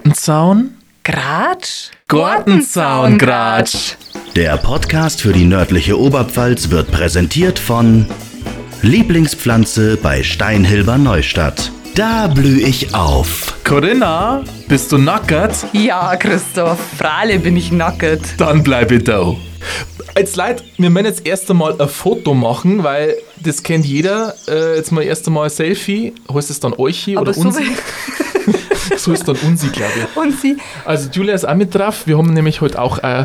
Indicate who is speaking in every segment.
Speaker 1: Gortenzaun?
Speaker 2: Gratsch?
Speaker 1: Gortenzaungratsch.
Speaker 3: Der Podcast für die nördliche Oberpfalz wird präsentiert von Lieblingspflanze bei Steinhilber Neustadt. Da blühe ich auf.
Speaker 1: Corinna, bist du nackert?
Speaker 2: Ja, Christoph, Frale bin ich nackert.
Speaker 1: Dann bleib ich da. Jetzt leid, wir müssen jetzt erst einmal ein Foto machen, weil das kennt jeder. Äh, jetzt mal erst einmal ein Selfie. Heißt es dann euch hier
Speaker 2: Aber
Speaker 1: oder
Speaker 2: so
Speaker 1: uns? So ist dann unsi, glaube ich.
Speaker 2: Und sie.
Speaker 1: Also Julia ist auch mit drauf. Wir haben nämlich heute auch. Äh,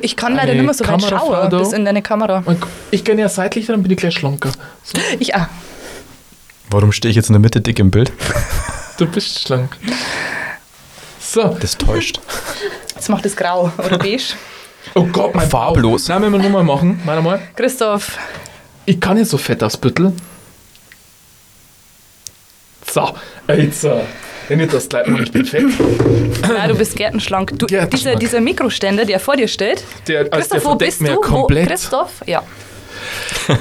Speaker 2: Ich kann leider
Speaker 1: Eine
Speaker 2: nicht mehr so weit
Speaker 1: Kamerafrau
Speaker 2: schauen,
Speaker 1: da.
Speaker 2: bis in deine Kamera.
Speaker 1: mein Gott, ich gehe ja seitlich, dann bin ich gleich schlanker. So,
Speaker 2: Ich, ah,
Speaker 4: Warum stehe ich jetzt in der Mitte dick im Bild?
Speaker 1: du bist schlank. So.
Speaker 4: Das täuscht.
Speaker 2: jetzt macht es grau oder beige.
Speaker 1: Oh Gott, mein
Speaker 4: Farblos.
Speaker 1: Nein, wenn wir nur mal machen, meiner Meinung nach.
Speaker 2: Christoph,
Speaker 1: Ich kann nicht so fett ausbütteln. So, jetzt, äh, wenn ich das gleich mal nicht perfekt.
Speaker 2: ja, du bist gärtenschlank. Du,
Speaker 1: Gärtenschlank.
Speaker 2: Dieser, dieser Mikroständer, der vor dir steht,
Speaker 1: Der, also der
Speaker 2: Christoph, wo
Speaker 1: verdeckt
Speaker 2: bist
Speaker 1: mir
Speaker 2: du?
Speaker 1: komplett.
Speaker 2: Wo, Christoph, ja.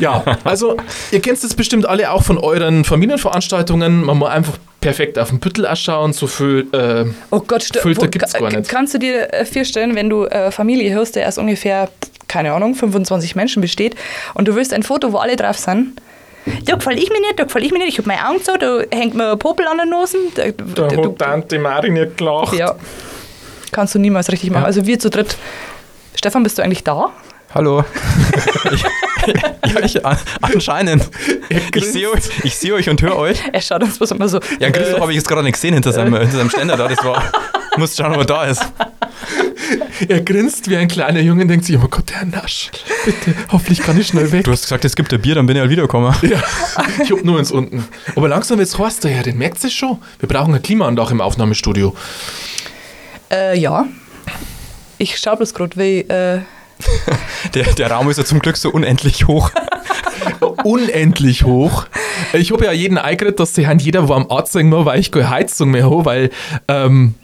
Speaker 1: Ja, also ihr kennt es bestimmt alle auch von euren Familienveranstaltungen. Man muss einfach perfekt auf den Büttel ausschauen, so viel. Äh,
Speaker 2: Oh Gott, stu-
Speaker 1: Filter
Speaker 2: wo-
Speaker 1: gibt's
Speaker 2: ka-
Speaker 1: gar nicht.
Speaker 2: Kannst du dir äh, vorstellen, wenn du äh, Familie hörst, der aus ungefähr, keine Ahnung, 25 Menschen besteht und du willst ein Foto, wo alle drauf sind? Da gefällt ich mir nicht, da gefällt ich mir nicht, ich hab meine Augen zu, da hängt mir ein Popel an den Nosen. Da, da, du,
Speaker 1: Tante Mari nicht gelacht.
Speaker 2: ja. Kannst du niemals richtig machen. Also wir zu dritt. Stefan, bist du eigentlich da?
Speaker 4: Hallo. ich, ja, ich, an- anscheinend. Ich sehe euch, ich sehe euch und höre euch.
Speaker 2: Er schaut uns bloß immer so.
Speaker 4: Ja,
Speaker 1: Äh.
Speaker 4: Christoph habe ich jetzt gerade nicht gesehen hinter seinem, hinter seinem Ständer da. Das war. Muss schauen, wo er da ist.
Speaker 1: Er grinst wie ein kleiner Junge und denkt sich, oh mein Gott, der Nasch. Bitte, hoffentlich kann ich schnell weg.
Speaker 4: Du hast gesagt, es gibt ein Bier, dann bin ich halt wiedergekommen.
Speaker 1: Ja, ich hab nur ins unten. Aber langsam wird's heiß daher, den merkt ihr schon. Wir brauchen ein Klimaanlage im Aufnahmestudio.
Speaker 2: Äh, ja. Ich schau bloß gerade, wie. Äh,
Speaker 4: Der, der Raum ist ja zum Glück so unendlich hoch.
Speaker 1: Unendlich hoch. Ich hab ja jeden eingeredet, dass die Hand jeder warm anziehen muss, weil ich keine Heizung mehr habe, weil ähm,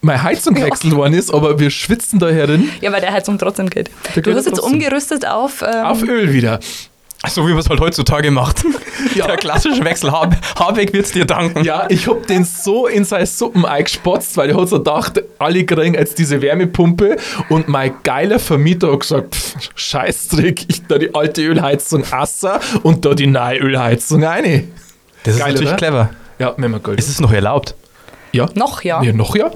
Speaker 1: meine Heizung gewechselt worden ist, aber wir schwitzen da herin
Speaker 2: ja, weil der Heizung trotzdem geht.
Speaker 1: Der
Speaker 2: Du
Speaker 1: geht
Speaker 2: hast jetzt
Speaker 1: trotzdem.
Speaker 2: umgerüstet auf. Ähm,
Speaker 1: auf Öl wieder.
Speaker 4: So wie man es halt heutzutage macht.
Speaker 1: Ja.
Speaker 4: Der klassische Wechsel. Habe- Habeck wird's dir danken.
Speaker 1: Ja, ich hab den so in seine Suppen eingespotzt, weil ich hat so gedacht, alle kriegen jetzt diese Wärmepumpe und mein geiler Vermieter hat gesagt, pff, Scheißdreck, ich da die alte Ölheizung asser und da die neue Ölheizung rein.
Speaker 4: Das ist
Speaker 1: Geil,
Speaker 4: natürlich
Speaker 1: oder?
Speaker 4: clever.
Speaker 1: Ja, wenn man Geld.
Speaker 4: Ist es noch erlaubt?
Speaker 1: ja.
Speaker 2: Noch, ja.
Speaker 1: ja. Noch ja.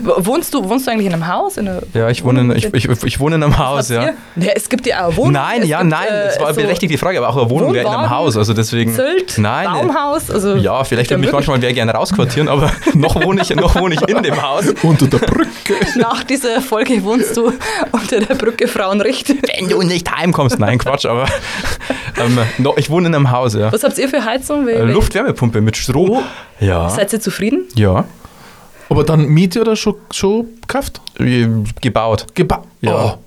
Speaker 2: Wo- Wohnst du, wohnst du eigentlich in einem Haus? In einer
Speaker 4: Ja, ich wohne in, ich, ich, ich wohne in einem Haus,
Speaker 2: Haus,
Speaker 4: ja.
Speaker 2: Ne, es gibt ja auch Wohnungen.
Speaker 4: Nein,
Speaker 2: es
Speaker 4: ja,
Speaker 2: gibt,
Speaker 4: nein,
Speaker 2: äh,
Speaker 4: es war eine
Speaker 2: so
Speaker 4: berechtigte Frage, aber auch ein Wohnung wäre in einem
Speaker 2: Wohnwagen,
Speaker 4: Haus, also deswegen.
Speaker 2: Sylt,
Speaker 4: nein. äh,
Speaker 2: Baumhaus. Also
Speaker 4: Ja, vielleicht würde mich manchmal wer gerne rausquartieren, aber noch wohne ich, noch wohne ich in dem Haus.
Speaker 1: Unter der Brücke.
Speaker 2: Nach dieser Folge wohnst du unter der Brücke Frauenrecht.
Speaker 4: Wenn du nicht heimkommst. Nein, Quatsch, aber ähm, no, ich wohne in einem Haus, ja.
Speaker 2: Was Oh. habt ihr für Heizung?
Speaker 4: Äh,
Speaker 2: Wel-
Speaker 4: Luftwärmepumpe mit Strom. Ja.
Speaker 2: Seid ihr zufrieden?
Speaker 4: Ja.
Speaker 1: Aber dann Miete oder schon, schon gekauft?
Speaker 4: Äh, Gebaut.
Speaker 1: Geba
Speaker 4: Ja.
Speaker 1: Oh.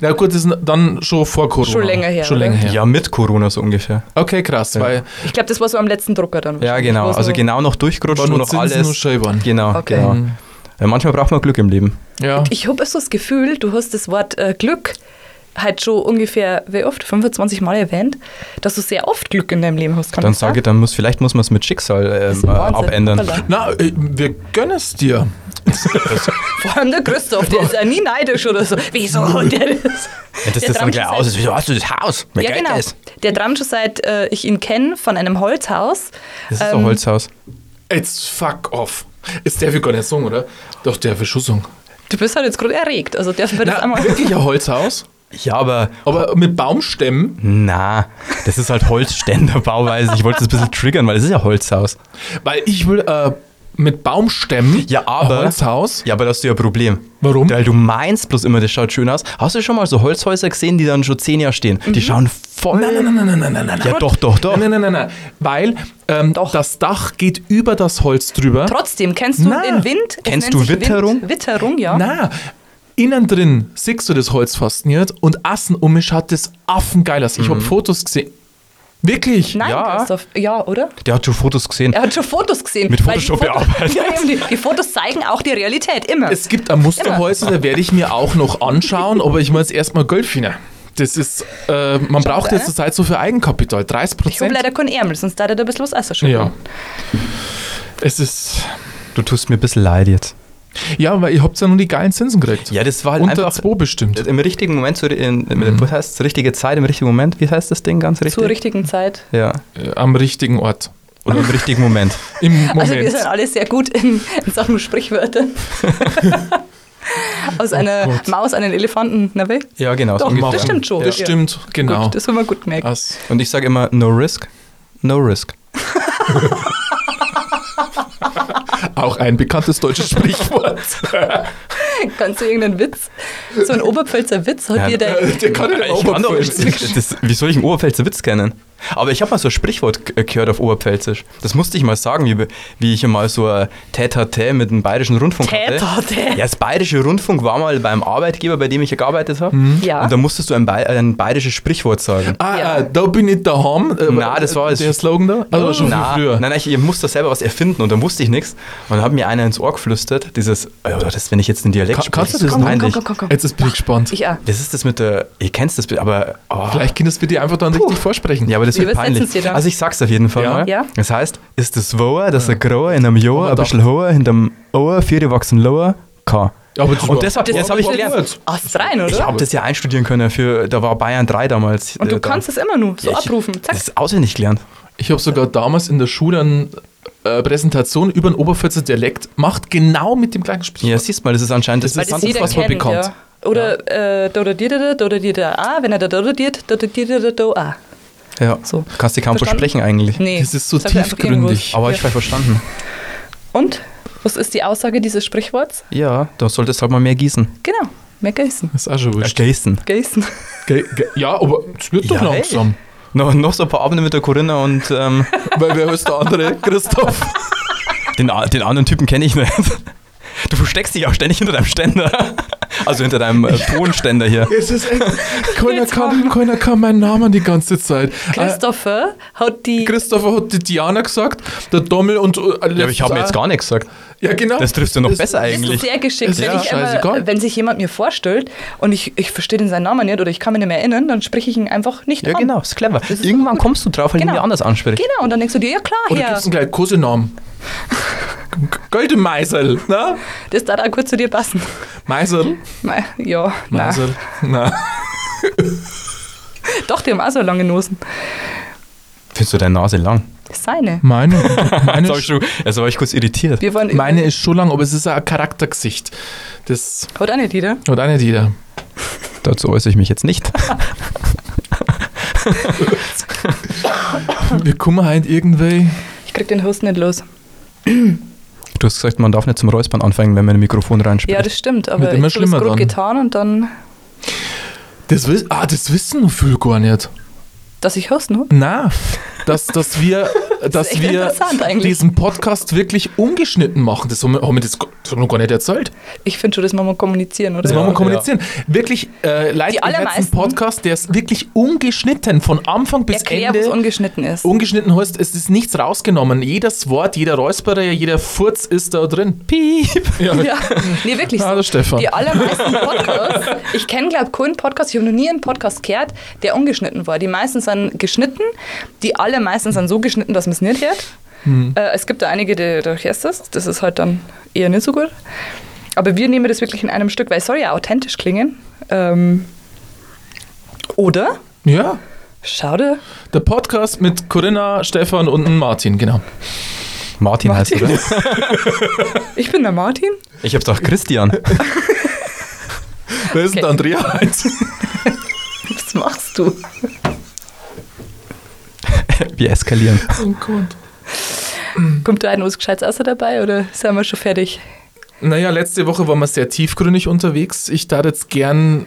Speaker 1: Na gut, das ist dann schon vor Corona.
Speaker 2: Schon länger her,
Speaker 1: Schon
Speaker 2: oder?
Speaker 1: länger
Speaker 4: Ja.
Speaker 1: her.
Speaker 4: mit Corona so ungefähr.
Speaker 1: Okay, krass, weil
Speaker 2: Ich glaube, das war so am letzten Drucker dann.
Speaker 4: Ja,
Speaker 2: wahrscheinlich,
Speaker 4: genau.
Speaker 2: wo so-
Speaker 4: Also genau noch durchgerutscht
Speaker 1: War
Speaker 4: und
Speaker 1: nur
Speaker 4: noch
Speaker 1: Zinsen
Speaker 4: alles.
Speaker 1: und Schäbern.
Speaker 4: Genau,
Speaker 2: Okay. Mhm.
Speaker 4: genau. Ja, manchmal braucht man Glück im Leben.
Speaker 1: ja.
Speaker 2: Ich habe so das Gefühl, du hast das Wort äh, Glück halt schon ungefähr, wie oft? 25 Mal erwähnt, dass du sehr oft Glück in deinem Leben hast. Kann
Speaker 4: Dann
Speaker 2: das sein?
Speaker 4: sage ich, dann muss, vielleicht muss man es mit Schicksal ähm, äh,
Speaker 2: Wahnsinn.
Speaker 4: abändern.
Speaker 2: Hoppala.
Speaker 1: Na, äh, wir gönnen es dir.
Speaker 2: Vor allem der Christoph, der ist ja nie neidisch oder so. Wieso? Der ist, halt
Speaker 4: Ja, das
Speaker 2: der
Speaker 4: ist dann
Speaker 2: trampt
Speaker 4: gleich
Speaker 2: schon
Speaker 4: aus.
Speaker 2: seit-
Speaker 4: Wieso hast du das Haus? Wer
Speaker 2: Ja,
Speaker 4: Geld
Speaker 2: genau.
Speaker 4: ist?
Speaker 2: Der trammt schon seit äh, ich ihn kenne von einem Holzhaus.
Speaker 4: Das ist
Speaker 2: Ähm,
Speaker 4: ein Holzhaus.
Speaker 1: It's fuck off. Ist der wie gar nicht sagen, oder? Doch, der will schon sagen.
Speaker 2: Du bist halt jetzt gerade erregt. Also dürfen wir das
Speaker 1: Na,
Speaker 2: einmal.
Speaker 1: wirklich ein Holzhaus,
Speaker 4: Ja, aber
Speaker 1: aber mit Baumstämmen,
Speaker 4: na, das ist halt Holzständerbauweise. Ich wollte das ein bisschen triggern, weil das ist ja Holzhaus.
Speaker 1: weil ich will äh, mit Baumstämmen
Speaker 4: Ja, aber-
Speaker 1: ein Holzhaus.
Speaker 4: Ja, aber da hast du ja ein Problem.
Speaker 1: Warum?
Speaker 4: Weil du meinst bloß immer, das schaut schön aus. Hast du schon mal so Holzhäuser gesehen, die dann schon zehn Jahre stehen?
Speaker 2: Mhm.
Speaker 4: Die schauen voll.
Speaker 1: Nein, nein, nein, nein, nein, nein, nein.
Speaker 4: Ja, doch, doch, doch.
Speaker 1: Nein, nein, nein, nein. Weil ähm, das Dach geht über das Holz drüber.
Speaker 2: Trotzdem, kennst du
Speaker 1: Na.
Speaker 2: den Wind? Es
Speaker 4: Kennst
Speaker 2: nennt
Speaker 4: du
Speaker 2: sich
Speaker 4: Witterung?
Speaker 2: Wind. Witterung, ja.
Speaker 1: Na, innen drin siehst du das Holz fast nicht und außen um mich hat das Affengeil aus. Ich
Speaker 4: Mhm.
Speaker 1: habe Fotos gesehen. Wirklich?
Speaker 2: Nein,
Speaker 4: Ja.
Speaker 2: Christoph. Ja, oder?
Speaker 4: Der hat schon Fotos gesehen.
Speaker 2: Er hat schon Fotos gesehen.
Speaker 4: Mit
Speaker 2: weil die
Speaker 4: Photoshop
Speaker 2: Fotos-
Speaker 4: bearbeitet.
Speaker 2: Ja, eben, die, die Fotos zeigen auch die Realität immer.
Speaker 1: Es gibt ein Musterhäuser, da werde ich mir auch noch anschauen, aber ich muss jetzt erstmal Geld finden. Das ist, äh, man braucht
Speaker 2: äh?
Speaker 1: jetzt
Speaker 4: ne?
Speaker 1: zur Zeit so viel Eigenkapital, 30
Speaker 2: ich habe
Speaker 1: Prozent.
Speaker 2: leider keinen Ärmel, sonst da er da ein bisschen was essen schon.
Speaker 1: Ja. Es ist,
Speaker 4: Du tust mir ein bisschen leid jetzt.
Speaker 1: Ja, weil ihr habt ja nur die geilen Zinsen gekriegt.
Speaker 4: Ja, das Mhm. war halt
Speaker 1: Unter
Speaker 4: einfach-
Speaker 1: 2 bestimmt.
Speaker 4: Im richtigen Moment, zu, in, in, was heißt richtige Zeit, im richtigen Moment, wie heißt das Ding ganz richtig?
Speaker 2: Zur richtigen Zeit.
Speaker 4: Ja,
Speaker 1: Äh, Am richtigen Ort.
Speaker 4: oder im richtigen Moment.
Speaker 1: Im Moment.
Speaker 2: Also wir sind alle sehr gut in, in Sachen Sprichwörter. Aus einer
Speaker 1: Oh Gott.
Speaker 2: Maus einen Elefanten, ne weh?
Speaker 4: Ja, genau. so
Speaker 2: Doch,
Speaker 4: ungefähr.
Speaker 2: das stimmt schon.
Speaker 1: Das
Speaker 2: Ja.
Speaker 1: stimmt, genau.
Speaker 2: Gut, das haben wir gut gemerkt.
Speaker 1: Aus-
Speaker 4: Und ich sage immer, no risk, no risk.
Speaker 1: Auch ein bekanntes deutsches Sprichwort.
Speaker 2: Kannst du irgendeinen Witz? So ein Oberpfälzer Witz hat
Speaker 4: Ja,
Speaker 2: dir der.
Speaker 1: äh, der kann-
Speaker 4: Ich kann doch,
Speaker 1: Oberpfälzisch.
Speaker 4: das, wie soll ich einen Oberpfälzer Witz kennen? Aber ich habe mal so ein Sprichwort g- gehört auf Oberpfälzisch. Das musste ich mal sagen, wie, wie ich mal so ein Tät-Tat-Tä mit dem Bayerischen Rundfunk hatte.
Speaker 2: Tät-Tat-Tä.
Speaker 4: Ja, das Bayerische Rundfunk war mal beim Arbeitgeber, bei dem ich ja gearbeitet habe.
Speaker 2: Ja.
Speaker 4: Und da musstest du ein, Bay- ein bayerisches Sprichwort sagen.
Speaker 1: Mhm. Ah,
Speaker 2: Ja.
Speaker 1: ah, da bin ich daheim. Äh,
Speaker 4: Na, das war es.
Speaker 1: Der Slogan da? Also schon
Speaker 4: Na,
Speaker 1: viel früher.
Speaker 4: Nein, nein, ich, ich musste selber was erfinden und dann wusste ich nichts. Und dann hat mir einer ins Ohr geflüstert, dieses, oh, das, wenn ich jetzt den Dialekt
Speaker 1: Ka-
Speaker 4: spreche,
Speaker 1: kannst du
Speaker 4: ist
Speaker 1: das noch?
Speaker 4: peinlich.
Speaker 2: Komm, komm, komm.
Speaker 1: Jetzt ist bin ich gespannt.
Speaker 2: Ich ah, auch.
Speaker 4: Das ist das mit der, ihr kennt das, aber oh.
Speaker 1: Vielleicht können das bitte einfach dann richtig vorsprechen.
Speaker 4: Ja, aber das
Speaker 2: Wir
Speaker 4: wird
Speaker 2: übersetzen's
Speaker 4: peinlich.
Speaker 2: dir dann.
Speaker 4: Also ich sag's auf jeden Fall
Speaker 1: Ja.
Speaker 4: mal.
Speaker 2: Ja.
Speaker 4: Das heißt, ist das Woher, das ein Grauer in einem Jahr, ein
Speaker 1: doch.
Speaker 4: bisschen hoher, hinterm Ohr, vier wachsen lower, K.
Speaker 1: Aber das war-
Speaker 4: Und deshalb,
Speaker 2: Das
Speaker 4: das habe ich
Speaker 1: war
Speaker 4: gelernt.
Speaker 1: gut.
Speaker 2: Ast rein, oder?
Speaker 4: Ich habe das ja einstudieren können für, da war Bayern 3 damals.
Speaker 2: Und
Speaker 4: äh,
Speaker 2: du
Speaker 4: da.
Speaker 2: kannst es immer nur so
Speaker 4: Ja, ich-
Speaker 2: abrufen. Zack.
Speaker 4: Das ist auswendig gelernt.
Speaker 1: Ich habe sogar damals in der Schule eine äh, Präsentation über den Oberpfälzer Dialekt gemacht, genau mit dem gleichen Sprichwort.
Speaker 4: Ja, siehst mal, das ist anscheinend das,
Speaker 2: Weil das
Speaker 1: sonst
Speaker 2: jeder
Speaker 1: was man
Speaker 2: kennt,
Speaker 1: bekommt.
Speaker 2: ja. Oder äh, dododiert, dododiert, ah, wenn er da dododiert, dododiert, do, ah.
Speaker 4: Ja,
Speaker 2: So.
Speaker 4: kannst du kaum
Speaker 2: Verstanden?
Speaker 4: versprechen eigentlich.
Speaker 2: Nee.
Speaker 1: Das ist so
Speaker 2: sag einfach
Speaker 1: tiefgründig.
Speaker 2: irgendwas.
Speaker 4: Aber hab ich
Speaker 2: ja.
Speaker 4: war verstanden.
Speaker 2: Und? Was ist die Aussage dieses Sprichworts?
Speaker 4: Ja, da solltest du halt mal mehr gießen.
Speaker 2: Genau, mehr geißen.
Speaker 1: Das ist auch schon wurscht.
Speaker 4: Gießen.
Speaker 2: Geißen.
Speaker 1: Ge- ge- Ja, aber es wird doch
Speaker 4: Ja, hey.
Speaker 1: langsam.
Speaker 4: Noch, noch so ein paar Abende mit der Corinna und ähm,
Speaker 1: Weil wer ist der andere? Christoph.
Speaker 4: Den, a- den anderen Typen kenne ich nicht. Du versteckst dich auch ständig hinter deinem Ständer. Also hinter deinem äh, Tonständer hier.
Speaker 1: Es ist echt, keiner, kann, keiner kann meinen Namen die ganze Zeit.
Speaker 2: Christopher hat
Speaker 1: Äh,
Speaker 2: die.
Speaker 1: Christopher hat die Diana gesagt, der Dommel und. äh,
Speaker 4: Ja, aber ich habe mir jetzt gar nichts gesagt.
Speaker 1: Ja, genau.
Speaker 4: Das triffst du noch
Speaker 1: Das-
Speaker 4: besser
Speaker 2: ist
Speaker 4: eigentlich.
Speaker 2: sehr geschickt.
Speaker 1: Ist
Speaker 2: Wenn,
Speaker 1: ja
Speaker 2: ich immer,
Speaker 1: scheißegal.
Speaker 2: wenn sich jemand mir vorstellt und ich, ich verstehe den seinen Namen nicht oder ich kann mich nicht mehr erinnern, dann spreche ich ihn einfach nicht
Speaker 4: Ja,
Speaker 2: an.
Speaker 4: genau, ist clever.
Speaker 2: ist
Speaker 4: Irgendwann kommst du drauf, weil
Speaker 2: Genau.
Speaker 4: genau. jemand anders anspricht.
Speaker 2: Genau, und dann denkst du dir, ja klar,
Speaker 1: Oder
Speaker 2: Herr,
Speaker 1: gibst du gleich Kosenamen? Goldmeisel, ne?
Speaker 2: das darf auch gut zu dir passen.
Speaker 1: Meisel.
Speaker 2: Mei, Ja, nein.
Speaker 1: Meisel. Na.
Speaker 2: Doch, die haben auch so lange Nosen.
Speaker 4: Findest du deine Nase lang?
Speaker 2: Seine.
Speaker 1: Meine,
Speaker 4: Jetzt
Speaker 1: meine,
Speaker 4: war ich, schon- jetzt war ich kurz irritiert.
Speaker 2: Wir waren
Speaker 1: meine ist schon lang, aber es ist ein Charaktergesicht. Das
Speaker 2: Hat auch nicht jeder.
Speaker 1: hat auch nicht jeder.
Speaker 4: Dazu äußere ich mich jetzt nicht.
Speaker 1: Wir kommen halt irgendwie.
Speaker 2: Ich krieg den Husten nicht los.
Speaker 4: Du hast gesagt, man darf nicht zum Räuspern anfangen, wenn man ein Mikrofon reinspricht.
Speaker 2: Ja, das stimmt, aber
Speaker 1: Wird immer
Speaker 2: ich habe
Speaker 1: schlimmer
Speaker 2: es
Speaker 1: dann.
Speaker 2: gut getan und dann,
Speaker 1: Das, wiss- ah, das wissen viele gar nicht.
Speaker 2: dass ich ne? Husten habe.
Speaker 1: Na, dass, dass wir, dass
Speaker 2: echt
Speaker 1: wir
Speaker 2: interessant eigentlich.
Speaker 1: diesen Podcast wirklich ungeschnitten machen. Das haben wir, haben wir das, das haben wir gar nicht erzählt.
Speaker 2: Ich finde schon, das muss man kommunizieren, oder?
Speaker 1: Das wollen wir
Speaker 4: ja.
Speaker 1: kommunizieren. Wirklich, äh, leider
Speaker 2: Die
Speaker 1: im letzten
Speaker 2: allermeisten-
Speaker 1: Podcast, der ist wirklich ungeschnitten, von Anfang bis
Speaker 2: Erklär, was
Speaker 1: Ende. Oh,
Speaker 2: ungeschnitten ist.
Speaker 1: ungeschnitten heißt, es ist nichts rausgenommen. Jedes Wort, jeder Räusperer, jeder Furz ist da drin. Piep. Ja.
Speaker 2: Ja, nee, wirklich so.
Speaker 1: Ah, das Stefan.
Speaker 2: Die allermeisten Podcasts, ich kenne, glaube ich, keinen Podcast, ich habe noch nie einen Podcast gehört, der ungeschnitten war. Die meisten sind geschnitten, die allermeisten sind so geschnitten, dass man es nicht hört.
Speaker 1: Hm.
Speaker 2: Äh, es gibt da einige, die durch das, das ist halt dann eher nicht so gut. Aber wir nehmen das wirklich in einem Stück, weil es soll ja authentisch klingen. Ähm, oder?
Speaker 1: ja.
Speaker 2: Schau dir.
Speaker 1: Der Podcast mit Corinna, Stefan und Martin, genau.
Speaker 4: Martin, heißt du, oder?
Speaker 2: Ich bin der Martin.
Speaker 4: Ich hab's doch Christian.
Speaker 1: Wer ist denn der Andrea?
Speaker 2: Was machst du?
Speaker 4: Wir eskalieren.
Speaker 1: Oh Gott.
Speaker 2: Kommt da ein was Gescheites außer dabei oder sind wir schon fertig?
Speaker 1: Naja, letzte Woche waren wir sehr tiefgründig unterwegs. Ich darf jetzt gern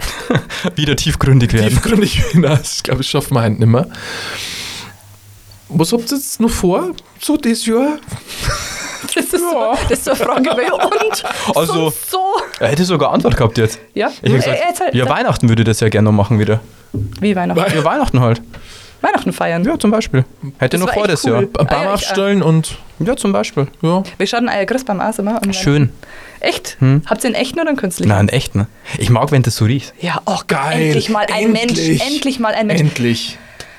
Speaker 4: Wieder tiefgründig werden.
Speaker 1: tiefgründig hinaus. Ich glaube, ich schaffe meine Hand nicht mehr. Was habt ihr jetzt noch vor? So dieses Jahr?
Speaker 2: Das ist, so, das ist so eine Frage bei und
Speaker 4: Also-
Speaker 2: sonst so.
Speaker 4: Er hätte sogar Antwort gehabt jetzt.
Speaker 2: Ja?
Speaker 4: Ich hab
Speaker 2: Äh,
Speaker 4: gesagt,
Speaker 2: erzähl,
Speaker 4: ja,
Speaker 2: sag-
Speaker 4: Weihnachten würde ich das ja gerne noch machen wieder.
Speaker 2: Wie Weihnachten.
Speaker 1: Weil-
Speaker 4: Ja, Weihnachten halt.
Speaker 2: Weihnachten feiern.
Speaker 4: Ja, zum Beispiel. Hätte
Speaker 2: Das
Speaker 4: noch
Speaker 2: war
Speaker 4: vor
Speaker 2: echt
Speaker 4: das
Speaker 2: cool.
Speaker 4: Jahr.
Speaker 1: Ein
Speaker 2: Ah, ja,
Speaker 1: Baum
Speaker 2: ich-
Speaker 1: aufstellen und
Speaker 4: Ja, zum Beispiel.
Speaker 1: ja.
Speaker 2: Wir schauen euer Christbaum aus immer. Und
Speaker 4: Schön. Hm.
Speaker 2: Echt? Habt ihr einen echten oder einen künstlichen?
Speaker 4: Nein, echt, ne? Ich mag, wenn das so riecht.
Speaker 2: Ja, oh, auch
Speaker 1: Geil.
Speaker 2: Endlich mal ein Mensch. Endlich mal ein Mensch.
Speaker 1: Endlich.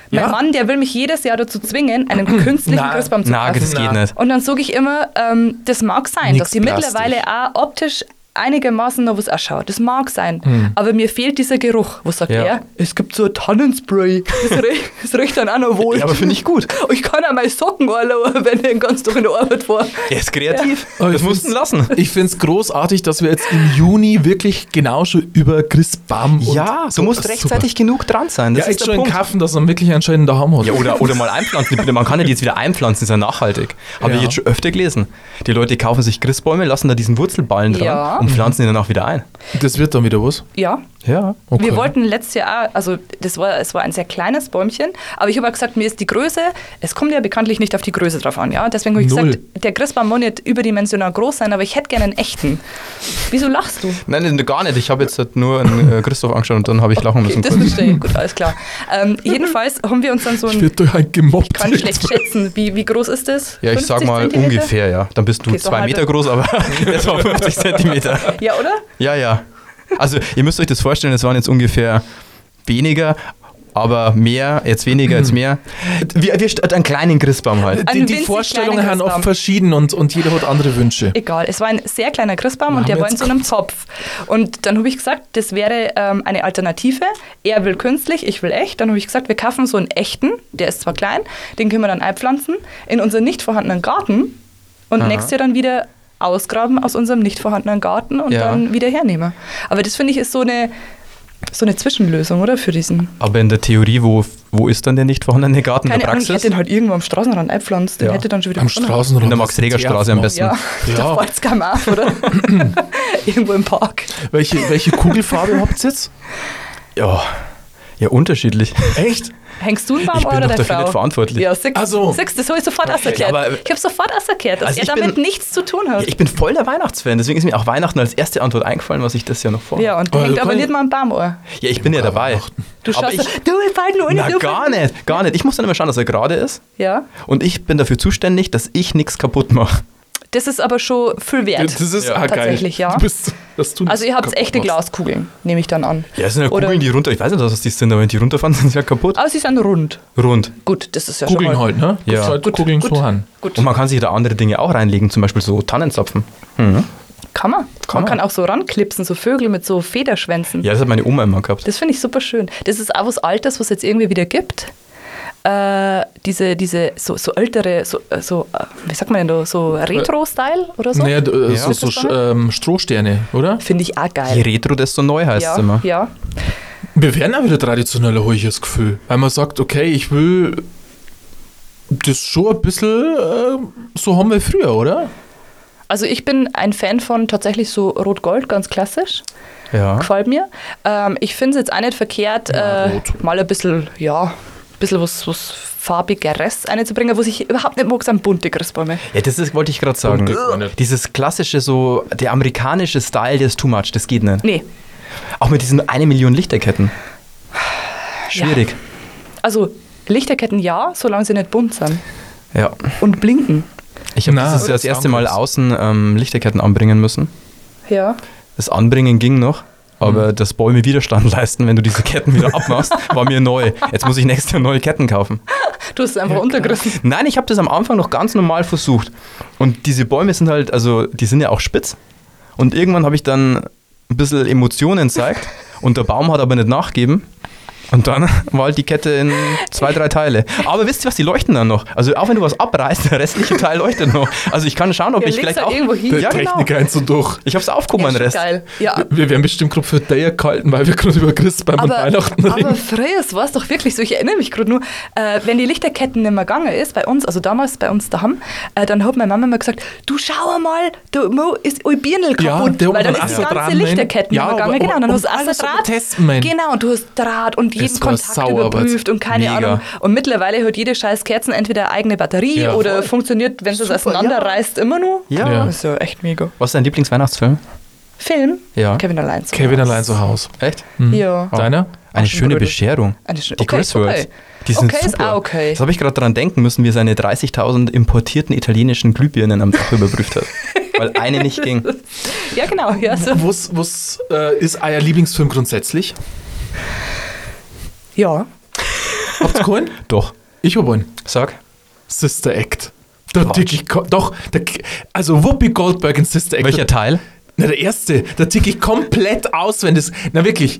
Speaker 2: Mein Mann, der will mich jedes Jahr dazu zwingen, einen künstlichen
Speaker 1: Na,
Speaker 2: Christbaum zu
Speaker 4: Na,
Speaker 2: kaufen.
Speaker 4: das geht
Speaker 1: Na.
Speaker 4: nicht.
Speaker 2: Und dann sage ich immer, ähm, das mag sein,
Speaker 4: Nix
Speaker 2: dass sie
Speaker 4: Plastik.
Speaker 2: mittlerweile auch optisch einigermaßen noch was ausschaut. Das mag sein. Aber mir fehlt dieser Geruch. Was sagt
Speaker 4: Hm. Ja.
Speaker 2: er? Es gibt so ein Tannenspray. Das, riecht- das riecht dann auch noch wohl.
Speaker 4: Ja, aber finde ich gut.
Speaker 2: ich kann auch meine Socken anlaufen, wenn ich den ganzen Tag in der Arbeit war.
Speaker 4: Er ist kreativ.
Speaker 1: Aber
Speaker 4: Das
Speaker 1: ich
Speaker 4: mussten
Speaker 1: find's-
Speaker 4: lassen.
Speaker 1: Ich finde es großartig, dass wir jetzt im Juni wirklich genau schon über Christbaum und
Speaker 4: Ja, du musst
Speaker 1: Super.
Speaker 4: rechtzeitig genug dran sein. Das
Speaker 1: Ja,
Speaker 4: ist
Speaker 1: echt
Speaker 4: der
Speaker 1: schon einen
Speaker 4: Punkt.
Speaker 1: Kaffen, dass man wirklich einen schönen daheim hat.
Speaker 4: Ja, oder, oder mal einpflanzen. Bitte, man kann ja die jetzt wieder einpflanzen, ist ja nachhaltig. Habe
Speaker 1: Ja.
Speaker 4: ich jetzt schon öfter gelesen. Die Leute kaufen sich Christbäume, lassen da diesen Wurzelballen dran
Speaker 2: Ja. Mhm.
Speaker 4: und pflanzen ihn dann auch wieder ein.
Speaker 1: Das wird dann wieder was.
Speaker 2: Ja.
Speaker 4: Ja.
Speaker 1: Okay.
Speaker 2: Wir wollten letztes Jahr, auch- also das war, es war ein sehr kleines Bäumchen, aber ich habe auch gesagt, mir ist die Größe, es kommt ja bekanntlich nicht auf die Größe drauf an, ja. Deswegen habe ich
Speaker 1: Null.
Speaker 2: gesagt, der Christbaum muss nicht überdimensional groß sein, aber ich hätte gerne einen echten. Wieso lachst du?
Speaker 4: Nein, nein, gar nicht. Ich habe jetzt halt nur einen, äh, Christoph angeschaut und dann habe ich lachen
Speaker 2: Okay,
Speaker 4: müssen.
Speaker 2: das verstehe ich. Gut, alles klar. Ähm, jedenfalls haben wir uns dann so
Speaker 1: Ich
Speaker 2: ein,
Speaker 1: werde durch einen gemobbt.
Speaker 2: kann ich schlecht schätzen, wie, wie groß ist das?
Speaker 4: ja, ich sag
Speaker 2: 50
Speaker 4: mal
Speaker 2: Zentimeter?
Speaker 4: ungefähr, ja. Dann bist du
Speaker 2: Okay, also so
Speaker 4: zwei
Speaker 2: halbe.
Speaker 4: Meter groß, aber das war 50 Zentimeter.
Speaker 2: Ja, oder?
Speaker 4: Ja, ja. Also ihr müsst euch das vorstellen, es waren jetzt ungefähr weniger, aber mehr, jetzt weniger, jetzt mehr. Wir, wir st- einen kleinen Christbaum halt.
Speaker 1: Die,
Speaker 2: Einen
Speaker 1: die
Speaker 2: winzig
Speaker 1: Vorstellungen
Speaker 2: kleinen
Speaker 1: haben oft
Speaker 2: Christbaum.
Speaker 1: verschieden und, und jeder hat andere Wünsche.
Speaker 2: Egal, es war ein sehr kleiner Christbaum
Speaker 1: Machen
Speaker 2: und der
Speaker 1: wir
Speaker 2: war in
Speaker 1: jetzt
Speaker 2: so einem Zopf. Und dann habe ich gesagt, das wäre ähm, eine Alternative. Er will künstlich, ich will echt. Dann habe ich gesagt, wir kaufen so einen echten, der ist zwar klein, den können wir dann einpflanzen in unseren nicht vorhandenen Garten und nächstes Jahr dann wieder ausgraben aus unserem nicht vorhandenen Garten und
Speaker 4: Ja.
Speaker 2: dann wieder hernehmen. Aber das finde ich ist so eine, so eine Zwischenlösung, oder? Für diesen.
Speaker 4: Aber in der Theorie, wo, wo ist dann der nicht vorhandene Garten? in
Speaker 2: Keine
Speaker 4: der
Speaker 2: Ahnung, ich
Speaker 4: Praxis?
Speaker 2: hätte den halt irgendwo am Straßenrand einpflanzt. Den
Speaker 4: Ja.
Speaker 2: hätte dann schon wieder
Speaker 1: Am
Speaker 2: gefunden.
Speaker 1: Straßenrand.
Speaker 4: In der Max-Reger-Straße am besten.
Speaker 2: Ja,
Speaker 1: Ja.
Speaker 2: da fällt es keinem auf, oder? irgendwo im Park.
Speaker 1: Welche, welche Kugelfarbe habt ihr jetzt?
Speaker 4: ja. ja, unterschiedlich.
Speaker 1: Echt?
Speaker 2: Hängst du einen Baum
Speaker 4: Ich bin
Speaker 2: oder
Speaker 4: doch
Speaker 2: der
Speaker 4: dafür
Speaker 2: Frau?
Speaker 4: nicht verantwortlich.
Speaker 2: Ja,
Speaker 4: Also.
Speaker 2: sechs,
Speaker 1: Ach so.
Speaker 2: sechs das habe ich sofort erklärt.
Speaker 4: aber-
Speaker 2: ich habe sofort erklärt, dass
Speaker 4: Also
Speaker 2: er
Speaker 4: ich
Speaker 2: damit
Speaker 4: bin-
Speaker 2: nichts zu tun
Speaker 4: Ja,
Speaker 2: hat.
Speaker 4: ich bin voll der Weihnachtsfan, deswegen ist mir auch Weihnachten als erste Antwort eingefallen, was ich das Jahr noch vor.
Speaker 2: ja, und
Speaker 1: Oh,
Speaker 2: hängt
Speaker 1: du
Speaker 2: aber
Speaker 1: kannst-
Speaker 2: nicht mal am Baum an.
Speaker 4: ja ich bin ja dabei.
Speaker 2: Du
Speaker 4: Aber
Speaker 2: schaust
Speaker 4: ich,
Speaker 2: so, du, ich fall nur
Speaker 4: na,
Speaker 2: du,
Speaker 4: gar
Speaker 2: fall-
Speaker 4: nicht, gar nicht. Ich muss dann immer schauen, dass er gerade ist.
Speaker 2: Ja,
Speaker 4: Und ich bin dafür zuständig, dass ich nichts kaputt mache.
Speaker 2: das ist aber schon viel wert.
Speaker 1: Das ist
Speaker 4: Ja.
Speaker 1: ah, geil.
Speaker 2: Tatsächlich, ja.
Speaker 1: Du bist, dass du
Speaker 2: also ihr habt
Speaker 1: kaputt
Speaker 2: echte
Speaker 1: machst.
Speaker 2: Glaskugeln, nehme ich dann an.
Speaker 4: Ja, es sind ja
Speaker 2: Oder- Ah,
Speaker 4: Kugeln, die runter. Ich weiß nicht, was die sind, aber wenn die runterfahren, sind sie ja kaputt.
Speaker 2: Aber sie sind rund.
Speaker 4: Rund.
Speaker 2: Gut, das ist ja
Speaker 1: Kugeln
Speaker 2: schon mal...
Speaker 1: halt, ne?
Speaker 4: Ja.
Speaker 1: Halt
Speaker 2: Gut,
Speaker 1: Kugeln
Speaker 2: gut,
Speaker 1: so an.
Speaker 2: gut.
Speaker 4: Und man kann sich da andere Dinge auch reinlegen, zum Beispiel so Tannenzapfen.
Speaker 2: Kann man.
Speaker 4: Kann
Speaker 2: man
Speaker 4: man.
Speaker 2: kann auch so ranklipsen, so Vögel mit so Federschwänzen.
Speaker 4: Ja, das hat meine Oma immer gehabt.
Speaker 2: Das finde ich super schön. Das ist auch was Altes, was es jetzt irgendwie wieder gibt. Äh, diese, diese so, so ältere, so, äh, so, äh, wie sagt man denn da, so
Speaker 4: Äh,
Speaker 2: Retro-Style oder so?
Speaker 1: Naja, d- äh,
Speaker 4: Ja.
Speaker 1: so, so sch- ähm, Strohsterne, oder?
Speaker 2: Finde ich auch
Speaker 4: Je
Speaker 2: geil.
Speaker 4: retro, desto neu heißt es
Speaker 2: Ja,
Speaker 4: immer.
Speaker 2: ja.
Speaker 1: Wir werden auch wieder traditioneller, habe ich das Gefühl. Weil man sagt, okay, ich will das schon ein bisschen äh, so haben wir früher, oder?
Speaker 2: Also ich bin ein Fan von tatsächlich so Rot-Gold, ganz klassisch.
Speaker 4: Ja.
Speaker 2: Gefällt mir. Ähm, ich finde es jetzt auch nicht verkehrt,
Speaker 1: Ja,
Speaker 2: äh,
Speaker 1: rot.
Speaker 2: mal ein bisschen, ja, ein bisschen was, was Farbigeres einzubringen, was ich überhaupt nicht mag, sind bunte Christbäume.
Speaker 4: Ja, das ist, wollte ich gerade
Speaker 1: Und
Speaker 4: sagen.
Speaker 1: das war nicht.
Speaker 4: Dieses klassische, so der amerikanische Style, der ist too much, das geht nicht.
Speaker 2: Nee,
Speaker 4: Auch mit diesen eine Million Lichterketten. Schwierig.
Speaker 2: also Lichterketten ja, solange sie nicht bunt sind
Speaker 4: Ja.
Speaker 2: und blinken.
Speaker 4: Ich habe
Speaker 1: Na,
Speaker 4: dieses Jahr
Speaker 1: das
Speaker 4: das erste Mal
Speaker 1: Soundbox.
Speaker 4: außen ähm, Lichterketten anbringen müssen.
Speaker 2: Ja.
Speaker 4: Das Anbringen ging noch. Aber das Bäume Widerstand leisten, wenn du diese Ketten wieder abmachst, war mir neu. Jetzt muss ich nächstes Jahr neue Ketten kaufen.
Speaker 2: Du hast es einfach untergriffen.
Speaker 4: Nein, ich habe das am Anfang noch ganz normal versucht. Und diese Bäume sind halt, also die sind ja auch spitz. Und irgendwann habe ich dann ein bisschen Emotionen gezeigt und der Baum hat aber nicht nachgeben. Und dann war halt die Kette in zwei, drei Teile. Aber wisst ihr was, die leuchten dann noch. Also auch wenn du was abreißt, der restliche Teil leuchtet noch. Also ich kann schauen, ob
Speaker 2: Ja,
Speaker 4: ich
Speaker 2: leg's
Speaker 4: vielleicht
Speaker 2: halt
Speaker 4: auch...
Speaker 2: irgendwo hin.
Speaker 1: Der
Speaker 4: Ja, genau.
Speaker 1: Techniker eins so durch.
Speaker 4: Ich hab's aufgehoben,
Speaker 2: Ja,
Speaker 4: Oh, mein
Speaker 2: schon
Speaker 4: Rest.
Speaker 2: Geil. Ja.
Speaker 1: Wir werden bestimmt gerade für Daya gehalten, weil wir gerade über Christbaum und
Speaker 2: Aber,
Speaker 1: Weihnachten
Speaker 2: aber
Speaker 1: reden.
Speaker 2: Freies war es doch wirklich so. Ich erinnere mich gerade nur, äh, wenn die Lichterketten nicht mehr gegangen ist, bei uns, also damals bei uns daheim, äh, dann hat meine Mama immer gesagt: Du schau mal, da Mo ist ein Birnel
Speaker 1: Ja,
Speaker 2: kaputt.
Speaker 1: der hat
Speaker 2: weil dann
Speaker 1: einen
Speaker 2: ist die
Speaker 1: Assa
Speaker 2: ganze
Speaker 1: dran, ne?
Speaker 2: Lichterketten
Speaker 1: Ja,
Speaker 2: nicht mehr
Speaker 1: aber-
Speaker 2: gegangen. Genau, dann
Speaker 1: und
Speaker 2: hast du
Speaker 1: alles
Speaker 2: Asserdraht.
Speaker 1: untertesten, mein.
Speaker 2: Genau, und du hast Draht und jeden
Speaker 1: Es war
Speaker 2: Kontakt
Speaker 1: Sauarbeit.
Speaker 2: überprüft und keine
Speaker 4: Mega.
Speaker 2: Ahnung. Und mittlerweile hat jede scheiß Kerzen entweder eine eigene Batterie
Speaker 1: Ja,
Speaker 2: oder
Speaker 1: voll.
Speaker 2: funktioniert, wenn du es auseinanderreißt, immer nur.
Speaker 4: Ja.
Speaker 1: Ja.
Speaker 2: Das ist ja echt mega.
Speaker 4: Was ist dein Lieblingsweihnachtsfilm?
Speaker 2: Film?
Speaker 4: Ja.
Speaker 2: Kevin allein zu
Speaker 1: Kevin Mhm.
Speaker 2: Hause.
Speaker 1: allein zu Hause.
Speaker 4: Echt?
Speaker 2: Ja.
Speaker 1: Deiner?
Speaker 4: Eine schöne
Speaker 2: Aschenbrödel.
Speaker 4: Bescherung.
Speaker 2: Eine schöne-
Speaker 4: die
Speaker 2: okay, ist
Speaker 4: Chriswords.
Speaker 2: okay.
Speaker 4: Die sind
Speaker 2: Okay, ist
Speaker 4: super.
Speaker 2: auch okay.
Speaker 4: Das habe ich gerade dran denken müssen, wie er seine 30.000 importierten italienischen Glühbirnen am Dach überprüft hat. Weil eine nicht ging.
Speaker 2: Ja, genau. Ja, so.
Speaker 1: Was, was äh, ist euer Lieblingsfilm grundsätzlich?
Speaker 2: ja.
Speaker 1: Habt ihr keinen?
Speaker 4: Doch.
Speaker 1: Ich hab einen.
Speaker 4: Sag.
Speaker 1: Sister Act. Da tick ich, ko- doch, da, also Whoopi Goldberg in Sister Act.
Speaker 4: Welcher
Speaker 1: da,
Speaker 4: Teil?
Speaker 1: na, der erste, da tick ich komplett aus, wenn das, na wirklich,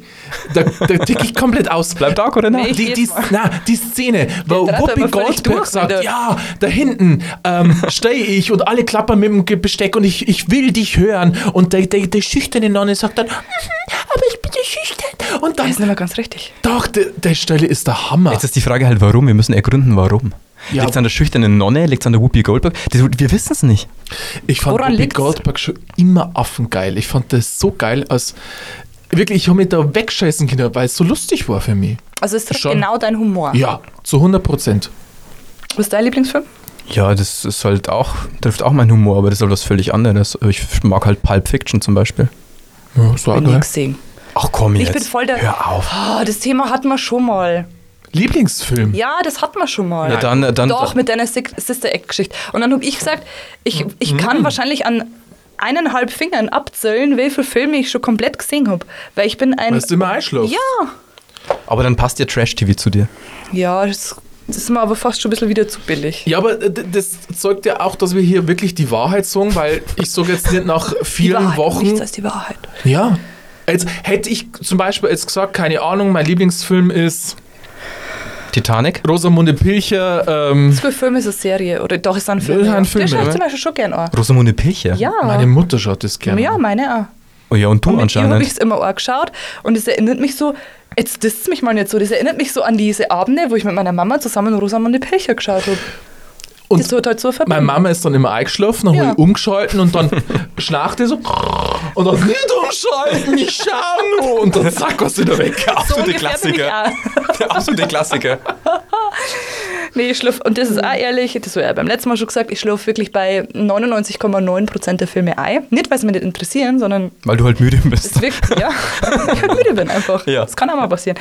Speaker 1: da, da tick ich komplett aus.
Speaker 4: Bleibt da oder
Speaker 2: Nee.
Speaker 4: nicht?
Speaker 1: die,
Speaker 2: jedes
Speaker 1: die,
Speaker 2: Mal.
Speaker 1: na, die Szene, wo
Speaker 2: dreht
Speaker 1: Whoopi
Speaker 2: aber völlig
Speaker 1: Goldberg
Speaker 2: durch
Speaker 1: sagt,
Speaker 2: wieder.
Speaker 1: ja, da hinten ähm, stehe ich und alle klappern mit dem Ge- Besteck und ich, ich will dich hören. Und der, der, der schüchterne Nonne sagt dann, "Mhm, aber ich bin so schüchtern. Und
Speaker 2: Das
Speaker 1: dann,
Speaker 2: ist nicht mehr ganz richtig.
Speaker 1: doch, der, der Stelle ist der Hammer.
Speaker 4: Jetzt ist die Frage halt, warum? Wir müssen ergründen, warum.
Speaker 1: Ja.
Speaker 4: Liegt es an der schüchternen Nonne? Liegt es an der Whoopi Goldberg? Das, wir wissen es nicht.
Speaker 1: Ich fand
Speaker 2: Woran
Speaker 1: Whoopi
Speaker 2: liegt's?
Speaker 1: Goldberg schon immer affengeil. Ich fand das so geil, als wirklich, ich habe mich da wegscheißen können, weil es so lustig war für mich.
Speaker 2: Also es trifft
Speaker 1: Schon.
Speaker 2: genau dein Humor.
Speaker 1: Ja, zu 100 Prozent.
Speaker 2: Was ist dein Lieblingsfilm?
Speaker 4: Ja, das ist halt auch, trifft auch meinen Humor, aber das ist halt was völlig anderes. Ich mag halt Pulp Fiction zum Beispiel.
Speaker 1: Ja, das war
Speaker 2: Bin nie
Speaker 1: geil.
Speaker 2: gesehen.
Speaker 4: Ach komm
Speaker 2: Ich
Speaker 4: jetzt.
Speaker 2: bin voll der.
Speaker 4: Hör auf.
Speaker 2: Ah, das Thema hatten wir schon mal.
Speaker 1: Lieblingsfilm.
Speaker 2: Ja, das hatten wir schon mal.
Speaker 4: Ja, dann,
Speaker 1: äh,
Speaker 4: dann,
Speaker 2: Doch, mit deiner Si- Sister Act-Geschichte. Und dann habe ich gesagt, ich, ich
Speaker 1: Mhm.
Speaker 2: kann wahrscheinlich an eineinhalb Fingern abzählen, wie viele Filme ich schon komplett gesehen habe. Weil ich bin ein.
Speaker 1: Weißt du, immer einschlafen.
Speaker 2: ja,
Speaker 4: aber dann passt ja Trash-TV zu dir.
Speaker 2: ja, das, das ist mir aber fast schon ein bisschen wieder zu billig.
Speaker 1: Ja, aber äh, d- das zeugt ja auch, dass wir hier wirklich die Wahrheit sagen, weil ich sage jetzt nicht nach
Speaker 2: Die
Speaker 1: vielen
Speaker 2: Wahrheit,
Speaker 1: Wochen.
Speaker 2: Nichts als die Wahrheit.
Speaker 1: Ja. Jetzt hätte ich zum Beispiel jetzt gesagt, keine Ahnung, mein Lieblingsfilm ist
Speaker 4: Titanic?
Speaker 1: Rosamunde Pilcher. Ähm,
Speaker 2: Zwölf Filme ist eine Serie. Oder doch, ist ein Film.
Speaker 1: Das ist ein Film,
Speaker 2: Den schaue ich
Speaker 1: ja.
Speaker 2: zum Beispiel schon gern an.
Speaker 4: Rosamunde Pilcher?
Speaker 2: Ja.
Speaker 1: Meine Mutter schaut das gerne.
Speaker 2: Ah. ja, meine auch.
Speaker 4: Oh ja, und du
Speaker 2: Und mit ihr habe ich
Speaker 4: anscheinend.
Speaker 2: es immer angeschaut und es erinnert mich so, jetzt disst mich mal nicht so, das erinnert mich so an diese Abende, wo ich mit meiner Mama zusammen Rosamunde Pilcher geschaut habe.
Speaker 1: Und
Speaker 2: Das wird halt so verbunden.
Speaker 1: Meine Mama ist dann immer eingeschlafen, dann
Speaker 2: Ja.
Speaker 1: habe ich umgeschalten und dann schnarcht er so und dann nicht umschalten, ich schau nur und dann zack, was wieder weg.
Speaker 2: so
Speaker 4: absolute
Speaker 2: ungefähr bin ich
Speaker 4: Klassiker.
Speaker 2: auch.
Speaker 4: Der absolute Klassiker.
Speaker 2: Nee, ich schlaf, und das ist auch ehrlich, das habe ich ja beim letzten Mal schon gesagt, ich schlafe wirklich bei 99,9% der Filme ein. Nicht, weil sie mich nicht interessieren, sondern
Speaker 4: Weil du halt müde
Speaker 2: es
Speaker 4: bist.
Speaker 2: wirkt, ja, ich halt müde bin einfach.
Speaker 4: Ja.
Speaker 2: Das kann auch mal passieren.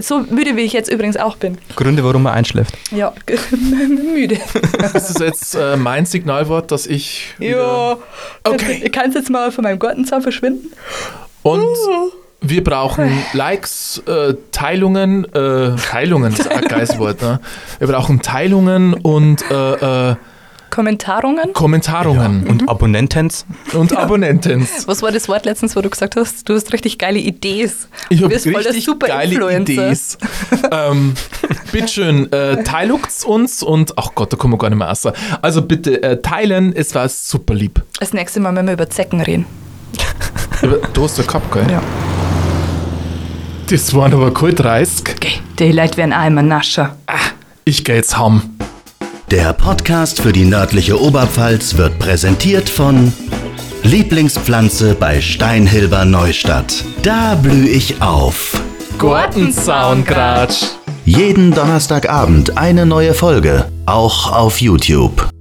Speaker 2: So müde, wie ich jetzt übrigens auch bin.
Speaker 4: Gründe, warum man einschläft.
Speaker 2: Ja, müde.
Speaker 1: Das ist jetzt äh, mein Signalwort, dass ich.
Speaker 2: Ja.
Speaker 1: Okay.
Speaker 2: Ich kann es jetzt mal von meinem Gartenzaun verschwinden.
Speaker 1: Und
Speaker 2: Uh.
Speaker 1: wir brauchen Likes, äh, Teilungen, äh, Teilungen ist auch ein geiles Wort, ne? Wir brauchen Teilungen und äh, äh,
Speaker 2: Kommentarungen?
Speaker 1: Kommentarungen
Speaker 2: Mhm.
Speaker 4: Und Abonnentens?
Speaker 1: und, und Abonnenten.
Speaker 2: Was war das Wort letztens, wo du gesagt hast, du hast richtig geile Ideen?
Speaker 1: Ich
Speaker 2: du
Speaker 1: habe
Speaker 2: bist voll der
Speaker 1: richtig
Speaker 2: super
Speaker 1: geile
Speaker 2: Influencer.
Speaker 1: Idees. ähm, bitteschön, äh, teiluckt's uns und ach Gott, da kommen wir gar nicht mehr raus. Also bitte äh, teilen, es war super lieb.
Speaker 2: Das nächste Mal, wenn wir über Zecken reden.
Speaker 1: Aber Du hast ja gehabt, gell?
Speaker 2: Ja.
Speaker 1: Das waren aber cool 30.
Speaker 2: Okay, die Leute werden auch immer nascher.
Speaker 1: Ich geh jetzt heim.
Speaker 3: Der Podcast für die nördliche Oberpfalz wird präsentiert von Lieblingspflanze bei Steinhilber Neustadt. Da blühe ich auf.
Speaker 1: Gartenzaungratsch.
Speaker 3: Jeden Donnerstagabend eine neue Folge, auch auf YouTube.